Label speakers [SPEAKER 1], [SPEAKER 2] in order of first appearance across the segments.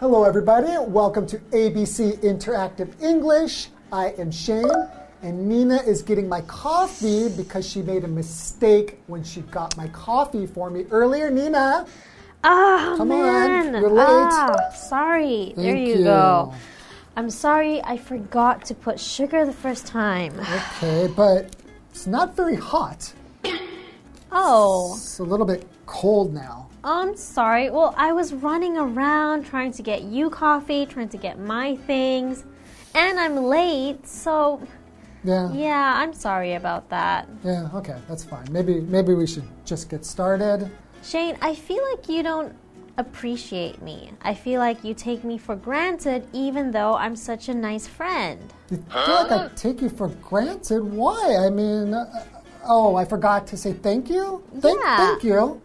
[SPEAKER 1] Hello, everybody. Welcome to ABC Interactive English. I am Shane, and Nina is getting my coffee because she made a mistake when she got my coffee for me earlier. Nina,
[SPEAKER 2] Oh
[SPEAKER 1] Come on,
[SPEAKER 2] man.
[SPEAKER 1] you're late.
[SPEAKER 2] Ah, sorry. there
[SPEAKER 1] Thank
[SPEAKER 2] you,
[SPEAKER 1] you.
[SPEAKER 2] go. I'm sorry I forgot to put sugar the first time.
[SPEAKER 1] okay, but it's not very hot.
[SPEAKER 2] Oh,
[SPEAKER 1] It's a little bit cold now.
[SPEAKER 2] I'm sorry. Well, I was running around trying to get you coffee, trying to get my things, and I'm late, so
[SPEAKER 1] Yeah, yeah,
[SPEAKER 2] yeah, I'm sorry about that.
[SPEAKER 1] okay, that's fine. Maybe maybe we should just get started.
[SPEAKER 2] Shane, I feel like you don't appreciate me. I feel like you take me for granted even though I'm such a nice friend.
[SPEAKER 1] You feel like I take you for granted? Why? I mean, uh, oh, I forgot to say thank you? Thank,
[SPEAKER 2] Yeah.
[SPEAKER 1] thank you.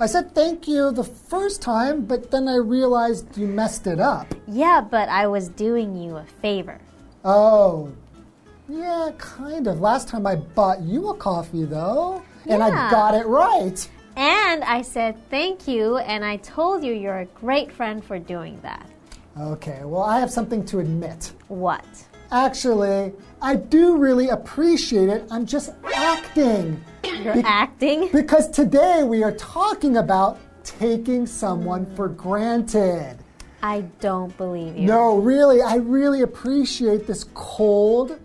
[SPEAKER 1] I said thank you the first time, but then I realized you messed it up.
[SPEAKER 2] Yeah, but I was doing you a favor.
[SPEAKER 1] Oh, yeah, kind of. Last time I bought you a coffee, though, and I
[SPEAKER 2] Yeah.
[SPEAKER 1] got it right.
[SPEAKER 2] And I said thank you, and I told you you're a great friend for doing that.
[SPEAKER 1] Okay, well, I have something to admit.
[SPEAKER 2] What?
[SPEAKER 1] Actually, I do really appreciate it. I'm just acting.
[SPEAKER 2] You're acting?
[SPEAKER 1] Because today we are talking about taking someone for granted.
[SPEAKER 2] I don't believe you.
[SPEAKER 1] No, really, I really appreciate this cold,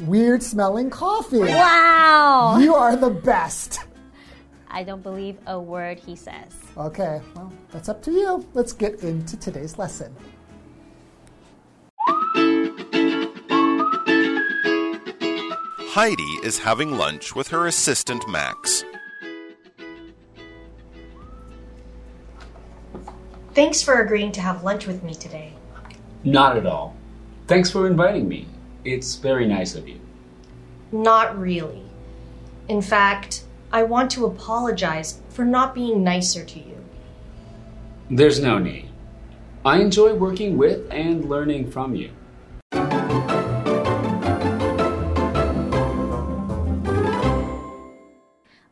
[SPEAKER 1] weird smelling coffee.
[SPEAKER 2] Wow!
[SPEAKER 1] You are the best.
[SPEAKER 2] I don't believe a word he says.
[SPEAKER 1] Okay, well, that's up to you. Let's get into today's lesson.
[SPEAKER 3] Heidi is having lunch with her assistant Max.
[SPEAKER 4] Thanks for agreeing to have lunch with me today.
[SPEAKER 5] Not at all. Thanks for inviting me. It's very nice of you.
[SPEAKER 4] Not really. In fact, I want to apologize for not being nicer to you.
[SPEAKER 5] There's no need. I enjoy working with and learning from you.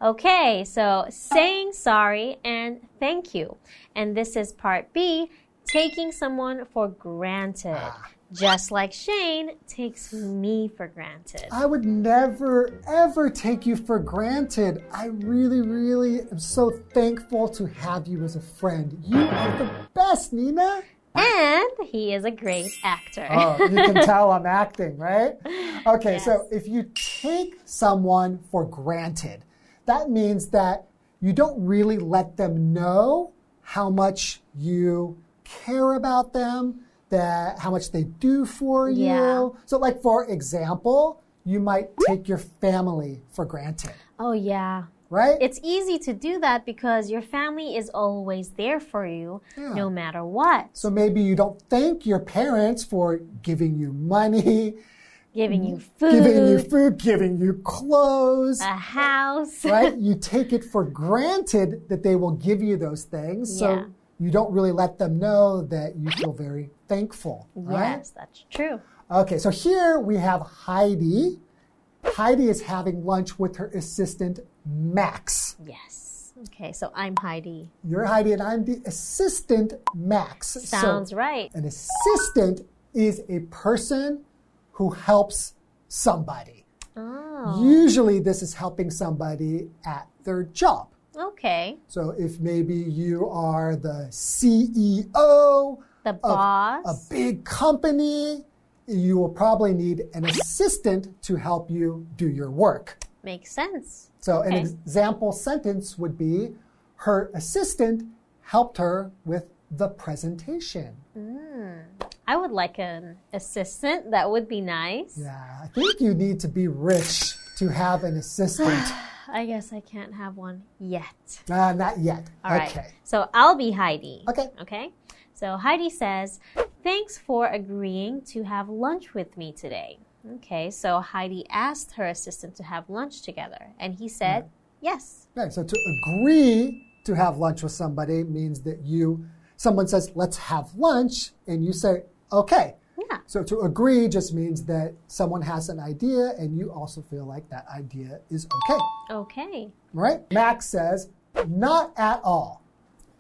[SPEAKER 2] Okay, so saying sorry and thank you. And this is part B taking someone for granted.
[SPEAKER 1] Ah.
[SPEAKER 2] Just like Shane takes me for granted.
[SPEAKER 1] I would never, ever take you for granted. I really, really am so thankful to have you as a friend. You are the best, Nina.
[SPEAKER 2] And he is a great actor.
[SPEAKER 1] Oh, you can tell I'm acting, right? Okay, so if you take someone for granted, that means that you don't really let them know how much you care about them, that how much they do for you.
[SPEAKER 2] Yeah.
[SPEAKER 1] So like for example, you might take your family for granted,
[SPEAKER 2] oh yeah.
[SPEAKER 1] right?
[SPEAKER 2] It's easy to do that because your family is always there for you no matter what,
[SPEAKER 1] so maybe you don't thank your parents for giving you money,
[SPEAKER 2] giving you food,
[SPEAKER 1] Mm-hmm. giving you food, giving you clothes.
[SPEAKER 2] a house.
[SPEAKER 1] right? You take it for granted that they will give you those things. So
[SPEAKER 2] Yeah.
[SPEAKER 1] you don't really let them know that you feel very thankful, right?
[SPEAKER 2] Yes, that's true.
[SPEAKER 1] Okay, so here we have Heidi. Heidi is having lunch with her assistant, Max.
[SPEAKER 2] Yes. Okay, so I'm Heidi.
[SPEAKER 1] You're Heidi, and I'm the assistant, Max. So
[SPEAKER 2] Sounds right.
[SPEAKER 1] an assistant is a person who helps somebody.
[SPEAKER 2] Oh,
[SPEAKER 1] Usually, this is helping somebody at their job.
[SPEAKER 2] okay.
[SPEAKER 1] So if maybe you are the CEO
[SPEAKER 2] The
[SPEAKER 1] a
[SPEAKER 2] boss.
[SPEAKER 1] big company, you will probably need an assistant to help you do your work.
[SPEAKER 2] Makes sense.
[SPEAKER 1] So an
[SPEAKER 2] Okay.
[SPEAKER 1] example sentence would be her assistant helped her with the presentation.
[SPEAKER 2] I would like an assistant. That would be nice.
[SPEAKER 1] Yeah, I think you need to be rich to have an assistant.
[SPEAKER 2] I guess I can't have one yet.
[SPEAKER 1] uh, not yet.
[SPEAKER 2] All right.
[SPEAKER 1] okay.
[SPEAKER 2] So I'll be Heidi.
[SPEAKER 1] Okay.
[SPEAKER 2] Okay. So Heidi says, Thanks for agreeing to have lunch with me today. Okay. So Heidi asked her assistant to have lunch together, and he said, Yes.
[SPEAKER 1] Okay, so to agree to have lunch with somebody means that you, someone says, let's have lunch, and you say, okay.
[SPEAKER 2] Yeah.
[SPEAKER 1] So to agree just means that someone has an idea and you also feel like that idea is okay,
[SPEAKER 2] Okay.
[SPEAKER 1] right? Max says, not at all.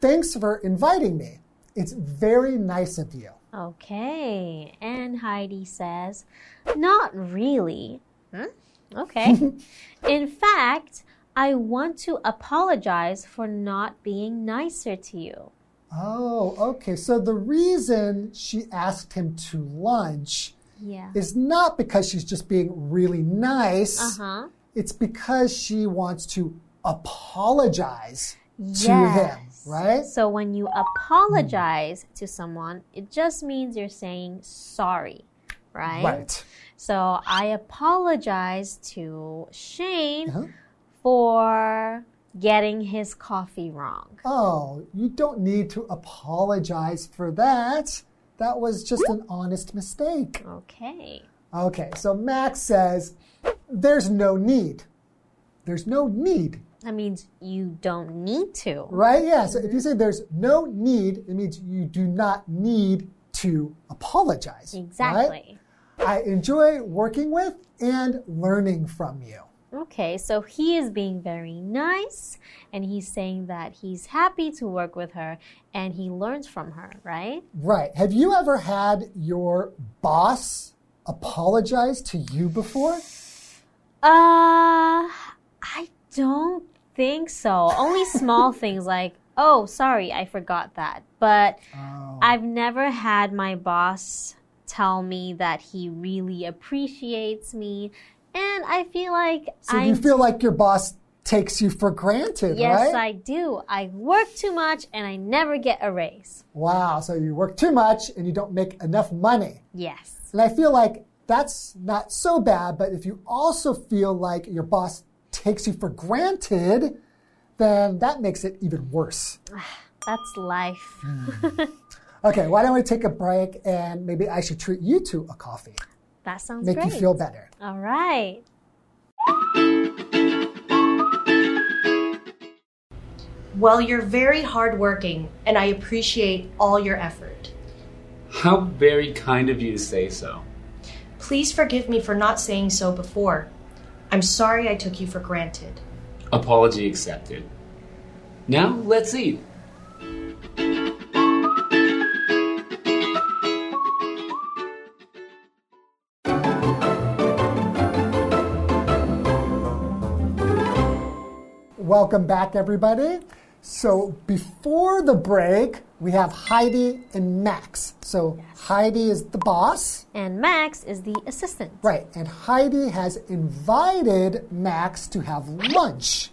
[SPEAKER 1] Thanks for inviting me. It's very nice of you.
[SPEAKER 2] Okay. And Heidi says, Not really. Hmm? Okay. In fact, I want to apologize for not being nicer to you.
[SPEAKER 1] Oh, okay. So the reason she asked him to lunch
[SPEAKER 2] Yeah.
[SPEAKER 1] is not because she's just being really nice.
[SPEAKER 2] Uh huh.
[SPEAKER 1] It's because she wants to apologize to him,
[SPEAKER 2] Yes.
[SPEAKER 1] right?
[SPEAKER 2] So when you apologize to someone, it just means you're saying sorry, right?
[SPEAKER 1] Right.
[SPEAKER 2] So I apologize to Shane
[SPEAKER 1] Uh-huh.
[SPEAKER 2] for getting his coffee wrong.
[SPEAKER 1] Oh, you don't need to apologize for that. That was just an honest mistake.
[SPEAKER 2] Okay.
[SPEAKER 1] Okay, so Max says, There's no need. There's no need,
[SPEAKER 2] That means you don't need to.
[SPEAKER 1] right? Yeah, so if you say there's no need, it means you do not need to apologize. right?
[SPEAKER 2] Exactly.
[SPEAKER 1] I enjoy working with and learning from you.
[SPEAKER 2] Okay, so he is being very nice and he's saying that he's happy to work with her and he learns from her, right?
[SPEAKER 1] Right. Have you ever had your boss apologize to you before?
[SPEAKER 2] Uh, I don't think so. Only small things like, oh, sorry, I forgot that. But
[SPEAKER 1] Oh.
[SPEAKER 2] I've never had my boss tell me that he really appreciates me. And I feel like
[SPEAKER 1] So
[SPEAKER 2] I
[SPEAKER 1] you feel like your boss takes you for granted,
[SPEAKER 2] Yes,
[SPEAKER 1] right?
[SPEAKER 2] I do. I work too much and I never get a raise.
[SPEAKER 1] wow. So you work too much and you don't make enough money.
[SPEAKER 2] Yes.
[SPEAKER 1] And I feel like that's not so bad, but if you also feel like your boss takes you for granted, then that makes it even worse.
[SPEAKER 2] That's life.
[SPEAKER 1] Hmm. Okay, why don't we take a break and maybe I should treat you to a coffee?
[SPEAKER 2] That sounds
[SPEAKER 1] Make
[SPEAKER 2] great.
[SPEAKER 1] you feel better.
[SPEAKER 2] All right.
[SPEAKER 4] Well, you're very hardworking, and I appreciate all your effort.
[SPEAKER 5] How very kind of you to say so.
[SPEAKER 4] Please forgive me for not saying so before. I'm sorry I took you for granted.
[SPEAKER 5] Apology accepted. Now, let's eat.
[SPEAKER 1] Welcome back, everybody. So, before the break, we have Heidi and Max. So, Heidi is the boss,
[SPEAKER 2] And Max is the assistant.
[SPEAKER 1] right? And Heidi has invited Max to have lunch,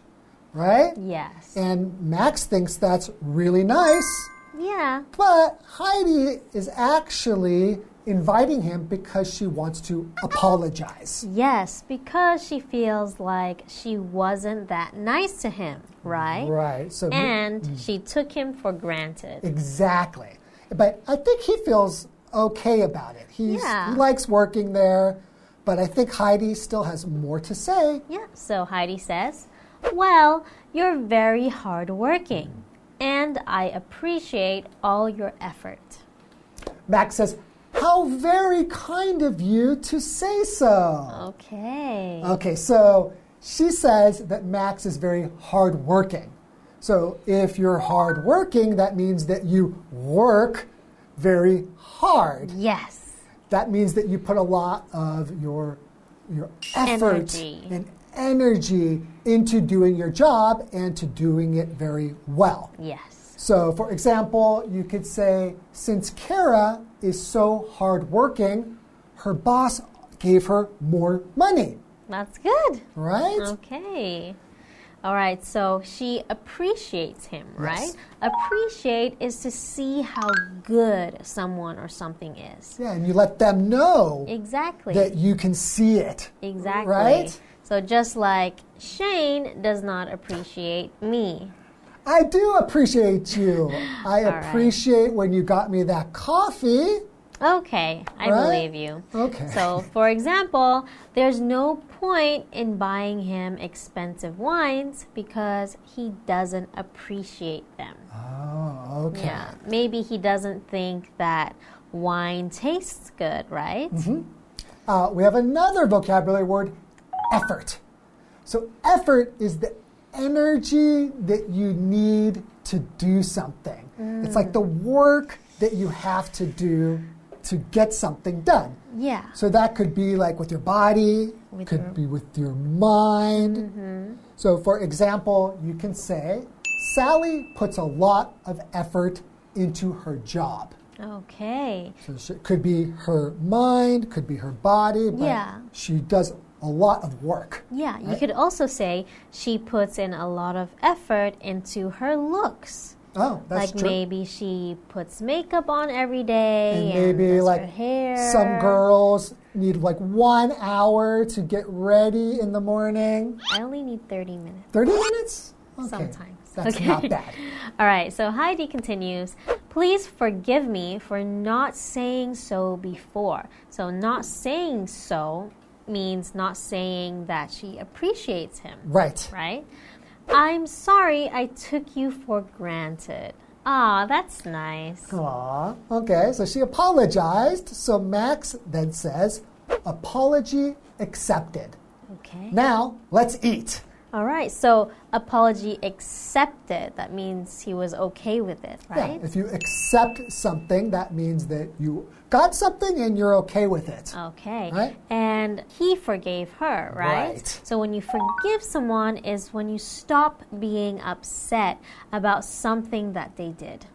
[SPEAKER 1] right?
[SPEAKER 2] Yes.
[SPEAKER 1] And Max thinks that's really nice,
[SPEAKER 2] Yeah.
[SPEAKER 1] but Heidi is actually inviting him because she wants to apologize.
[SPEAKER 2] Yes, because she feels like she wasn't that nice to him, right?
[SPEAKER 1] Right. So,
[SPEAKER 2] And she took him for granted.
[SPEAKER 1] Exactly. But I think he feels okay about it. He's,
[SPEAKER 2] Yeah.
[SPEAKER 1] He likes working there, but I think Heidi still has more to say.
[SPEAKER 2] Yeah, so Heidi says, Well, you're very hardworking, and I appreciate all your effort.
[SPEAKER 1] Max says, How very kind of you to say so.
[SPEAKER 2] Okay.
[SPEAKER 1] Okay, so she says that Max is very hardworking. So if you're hardworking, that means that you work very hard.
[SPEAKER 2] Yes.
[SPEAKER 1] that means that you put a lot of your your effort
[SPEAKER 2] Energy.
[SPEAKER 1] and energy into doing your job and to doing it very well.
[SPEAKER 2] Yes.
[SPEAKER 1] So, for example, you could say since Kara is so hardworking, her boss gave her more money,
[SPEAKER 2] That's good.
[SPEAKER 1] right?
[SPEAKER 2] Uh-huh. Okay. All right, so she appreciates him, right?
[SPEAKER 1] Yes.
[SPEAKER 2] Appreciate is to see how good someone or something is.
[SPEAKER 1] Yeah, and you let them know
[SPEAKER 2] Exactly.
[SPEAKER 1] that you can see it.
[SPEAKER 2] exactly.
[SPEAKER 1] Right?
[SPEAKER 2] So just like Shane does not appreciate me.
[SPEAKER 1] I do appreciate you. I appreciate when you got me that coffee.
[SPEAKER 2] Okay, I
[SPEAKER 1] Right?
[SPEAKER 2] believe you.
[SPEAKER 1] Okay.
[SPEAKER 2] So, for example, there's no point in buying him expensive wines because he doesn't appreciate them.
[SPEAKER 1] Oh, okay.
[SPEAKER 2] Yeah, maybe he doesn't think that wine tastes good, right?
[SPEAKER 1] Uh, we have another vocabulary word, effort. So, effort is the
[SPEAKER 2] Mm.
[SPEAKER 1] energy that you need to do something. It's like the work that you have to do to get something done.
[SPEAKER 2] Yeah.
[SPEAKER 1] So that could be like with your body,
[SPEAKER 2] With
[SPEAKER 1] could
[SPEAKER 2] your- Mm-hmm.
[SPEAKER 1] be with your mind. So, for example, you can say, Sally puts a lot of effort into her job.
[SPEAKER 2] Okay.
[SPEAKER 1] So she- It could be her mind, could be her body, but
[SPEAKER 2] Yeah.
[SPEAKER 1] she does a lot of work.
[SPEAKER 2] Yeah, you could also say she puts in a lot of effort into her looks.
[SPEAKER 1] Oh, that's
[SPEAKER 2] like
[SPEAKER 1] true.
[SPEAKER 2] maybe she puts makeup on every day
[SPEAKER 1] and maybe
[SPEAKER 2] does
[SPEAKER 1] like
[SPEAKER 2] her hair.
[SPEAKER 1] some girls need like one hour to get ready in the morning.
[SPEAKER 2] I only need 30 minutes.
[SPEAKER 1] 30 minutes? Okay.
[SPEAKER 2] Sometimes.
[SPEAKER 1] That's
[SPEAKER 2] Okay.
[SPEAKER 1] not bad.
[SPEAKER 2] All right, so Heidi continues. Please forgive me for not saying so before. So, not saying so means not saying that she appreciates him,
[SPEAKER 1] Right.
[SPEAKER 2] right? I'm sorry I took you for granted. Ah, that's nice.
[SPEAKER 1] Aw. Okay, so she apologized. So Max then says, apology accepted.
[SPEAKER 2] Okay.
[SPEAKER 1] Now, let's eat.
[SPEAKER 2] All right, so apology accepted. That means he was okay with it, right?
[SPEAKER 1] Yeah, if you accept something, that means that you got something and you're okay with it.
[SPEAKER 2] Okay.
[SPEAKER 1] Right?
[SPEAKER 2] And he forgave her, right?
[SPEAKER 1] Right.
[SPEAKER 2] So when you forgive someone is when you stop being upset about something that they did.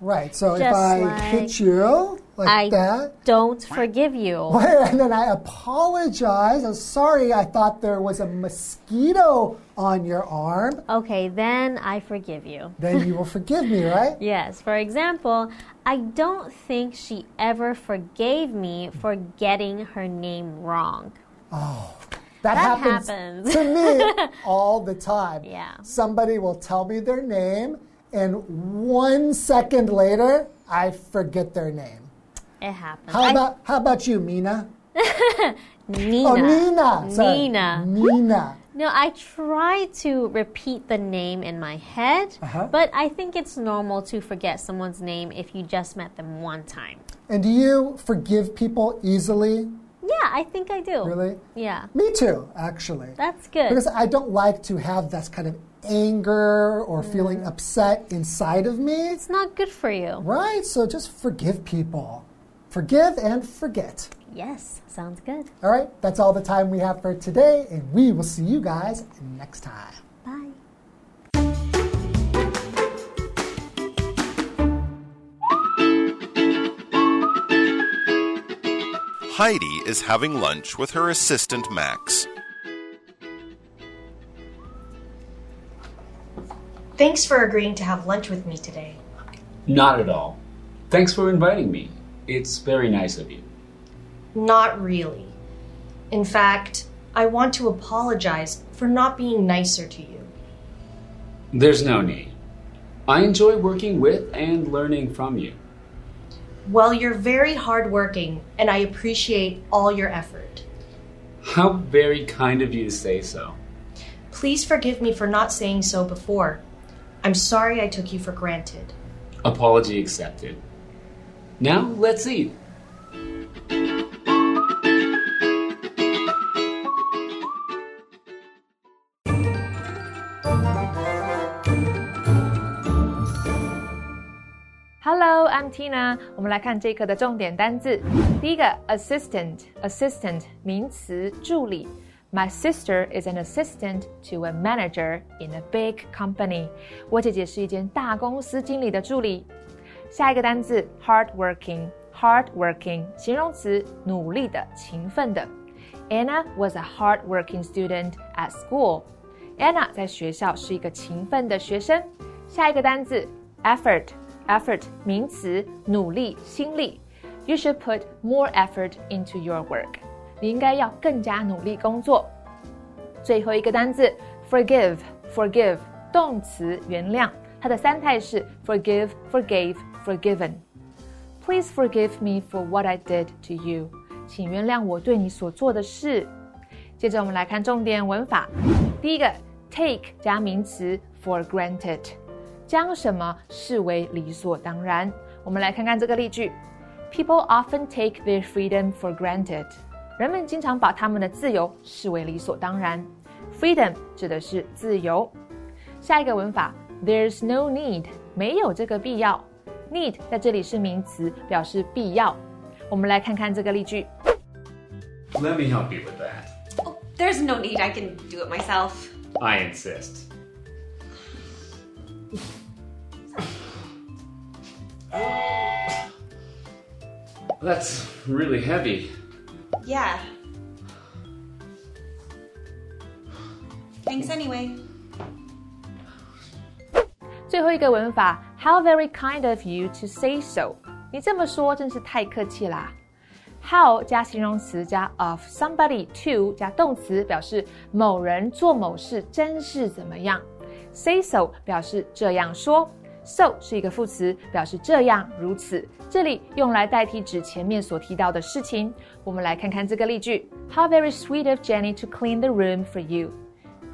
[SPEAKER 1] Right, so if
[SPEAKER 2] Just
[SPEAKER 1] I
[SPEAKER 2] like-
[SPEAKER 1] hit you like
[SPEAKER 2] I
[SPEAKER 1] that,
[SPEAKER 2] don't forgive you.
[SPEAKER 1] and then I apologize. I'm sorry, I thought there was a mosquito on your arm.
[SPEAKER 2] Okay, then I forgive you.
[SPEAKER 1] Then you will forgive me, right?
[SPEAKER 2] Yes, for example, I don't think she ever forgave me for getting her name wrong.
[SPEAKER 1] That,
[SPEAKER 2] That
[SPEAKER 1] happens,
[SPEAKER 2] happens.
[SPEAKER 1] to me all the time.
[SPEAKER 2] Yeah.
[SPEAKER 1] Somebody will tell me their name, and one second later, I forget their name.
[SPEAKER 2] It happens.
[SPEAKER 1] How
[SPEAKER 2] I-
[SPEAKER 1] about how about you, Mina?
[SPEAKER 2] Nina.
[SPEAKER 1] Oh, Nina. Sorry.
[SPEAKER 2] Nina.
[SPEAKER 1] Nina.
[SPEAKER 2] No, I try to repeat the name in my head,
[SPEAKER 1] Uh-huh.
[SPEAKER 2] but I think it's normal to forget someone's name if you just met them one time.
[SPEAKER 1] And do you forgive people easily?
[SPEAKER 2] Yeah, I think I do.
[SPEAKER 1] Really?
[SPEAKER 2] Yeah,
[SPEAKER 1] Me too, actually.
[SPEAKER 2] that's good.
[SPEAKER 1] because I don't like to have that kind of anger or
[SPEAKER 2] Mm.
[SPEAKER 1] feeling upset inside of me.
[SPEAKER 2] it's not good for you.
[SPEAKER 1] Right? So just forgive people. Forgive and forget.
[SPEAKER 2] Yes, sounds good.
[SPEAKER 1] All right, that's all the time we have for today, and we will see you guys next time.
[SPEAKER 2] Bye.
[SPEAKER 3] Heidi is having lunch with her assistant Max.
[SPEAKER 4] Thanks for agreeing to have lunch with me today.
[SPEAKER 5] Not at all. Thanks for inviting me. It's very nice of you.
[SPEAKER 4] Not really. In fact, I want to apologize for not being nicer to you.
[SPEAKER 5] There's no need. I enjoy working with and learning from you.
[SPEAKER 4] Well, you're very hardworking, and I appreciate all your effort.
[SPEAKER 5] How very kind of you to say so.
[SPEAKER 4] Please forgive me for not saying so before. I'm sorry I took you for granted.
[SPEAKER 5] Apology accepted. Now let's eat.
[SPEAKER 6] Hello, I'm Tina。我们来看这一课的重点单字。第一个，assistant，assistant 名词，助理。My sister is an assistant to a manager in a big company。我姐姐是一间大公司经理的助理。下一个单字，hardworking，hardworking 形容词，努力的、勤奋的。Anna was a hardworking student at school. Anna 在学校是一个勤奋的学生。下一个单字，effort，effort 名词，努力、心力。You should put more effort into your work. 你应该要更加努力工作。最后一个单字 forgive forgive 动词原谅，它的三态是 forgive forgave forgiven。Please forgive me for what I did to you，请原谅我对你所做的事。接着我们来看重点文法，第一个 take 加名词 for granted，将什么视为理所当然。我们来看看这个例句：People often take their freedom for granted。人们经常把他们的自由视为理所当然。Freedom 指的是自由。下一个文法，There's no need，没有这个必要。 Need 在这里是名词，表示必要。我们来看看这个例句。
[SPEAKER 5] Let me help you with that.
[SPEAKER 7] Oh, there's no need. I can do it myself.
[SPEAKER 5] I insist. That's really heavy.
[SPEAKER 7] Yeah. Thanks anyway.
[SPEAKER 6] 最后一个文法，How very kind of you to say so。你这么说真是太客气啦。How 加形容词加 of somebody to 加动词，表示某人做某事真是怎么样。Say so 表示这样说，so 是一个副词，表示这样如此。这里用来代替指前面所提到的事情。我们来看看这个例句：How very sweet of Jenny to clean the room for you。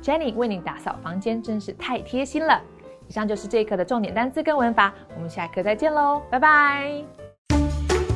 [SPEAKER 6] Jenny 为你打扫房间真是太贴心了。以上就是这一课的重点单词跟文法，我们下课再见喽，拜拜。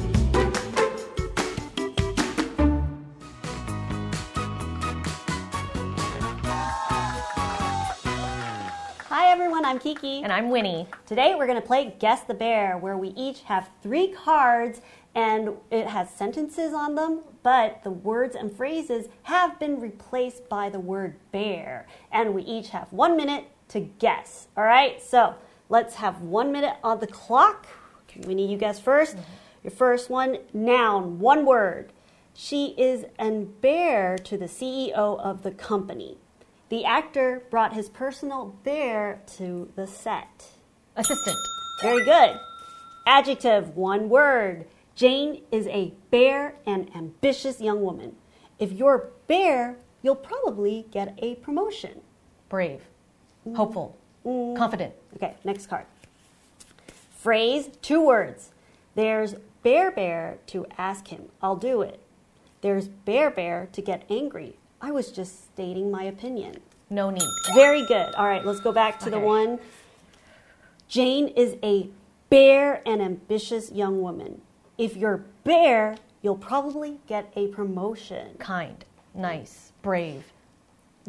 [SPEAKER 8] Hi everyone, I'm Kiki.
[SPEAKER 6] And I'm Winnie.
[SPEAKER 8] Today we're going to play Guess the Bear, where we each have three cards and it has sentences on them, but the words and phrases have been replaced by the word bear. And we each have one minute to guess. All right, so let's have one minute on the clock. Winnie, you guess 1st Your first one noun, one word. She is an bear to the CEO of the company. The actor brought his personal bear to the set.
[SPEAKER 6] Assistant.
[SPEAKER 8] Very good. Adjective, one word. Jane is a bear and ambitious young woman. If you're bear, you'll probably get a promotion.
[SPEAKER 9] brave, hopeful, confident.
[SPEAKER 8] Okay, next card. Phrase, two words. There's bear bear to ask him, I'll do it. There's bear bear to get angry. I was just stating my opinion.
[SPEAKER 9] No need.
[SPEAKER 8] Very good. All right, let's go back to the
[SPEAKER 9] Okay.
[SPEAKER 8] one. Jane is a bear and ambitious young woman. If you're bear, you'll probably get a promotion.
[SPEAKER 9] Kind, nice, brave.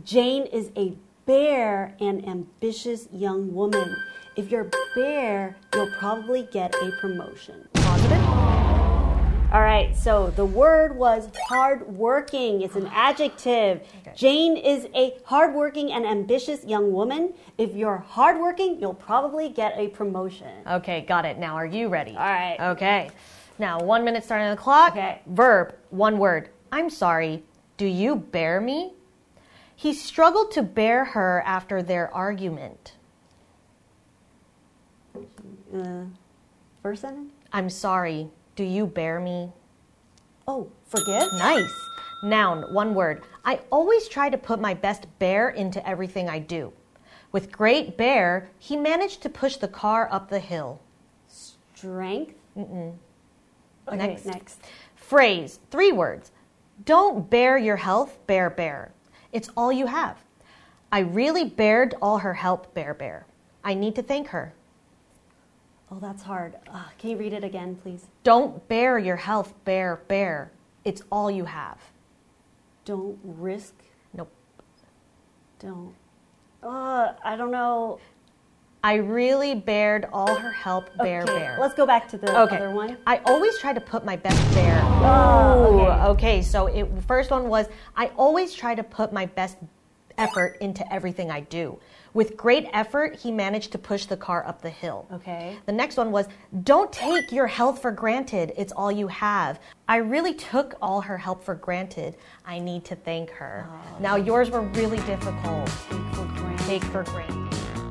[SPEAKER 8] Jane is a bear and ambitious young woman. If you're bear, you'll probably get a promotion.
[SPEAKER 9] Positive.
[SPEAKER 8] All right, so the word was hardworking. It's an adjective. Jane is a hardworking and ambitious young woman. If you're hardworking, you'll probably get a promotion.
[SPEAKER 9] Okay, got it. Now, are you ready?
[SPEAKER 8] All right.
[SPEAKER 9] Okay. Now, one minute starting on the clock.
[SPEAKER 8] Okay.
[SPEAKER 9] Verb, one word. I'm sorry. Do you bear me? He struggled to bear her after their argument.
[SPEAKER 8] First sentence?
[SPEAKER 9] I'm sorry. Do you bear me?
[SPEAKER 8] Oh, forgive?
[SPEAKER 9] Nice. Noun, one word. I always try to put my best bear into everything I do. With great bear, he managed to push the car up the hill.
[SPEAKER 8] Strength? Mm-mm. Okay,
[SPEAKER 9] Next.
[SPEAKER 8] next.
[SPEAKER 9] Phrase, three words. Don't bear your health, bear, bear. It's all you have. I really bared all her help, bear, bear. I need to thank her.
[SPEAKER 8] Oh, that's hard. Uh, can you read it again, please?
[SPEAKER 9] Don't bear your health, bear, bear. It's all you have.
[SPEAKER 8] Don't risk.
[SPEAKER 9] Nope.
[SPEAKER 8] Don't. Uh, I don't know.
[SPEAKER 9] I really bared all her help, bear,
[SPEAKER 8] okay,
[SPEAKER 9] bear.
[SPEAKER 8] Let's go back to the
[SPEAKER 9] Okay.
[SPEAKER 8] other one.
[SPEAKER 9] I always try to put my best bear.
[SPEAKER 8] Oh, okay.
[SPEAKER 9] Ooh, okay. So it, the first one was I always try to put my best effort into everything I do. With great effort, he managed to push the car up the hill.
[SPEAKER 8] Okay.
[SPEAKER 9] The next one was don't take your health for granted. It's all you have. I really took all her help for granted. I
[SPEAKER 8] Oh.
[SPEAKER 9] need to thank her. Now yours were really difficult. Take for granted.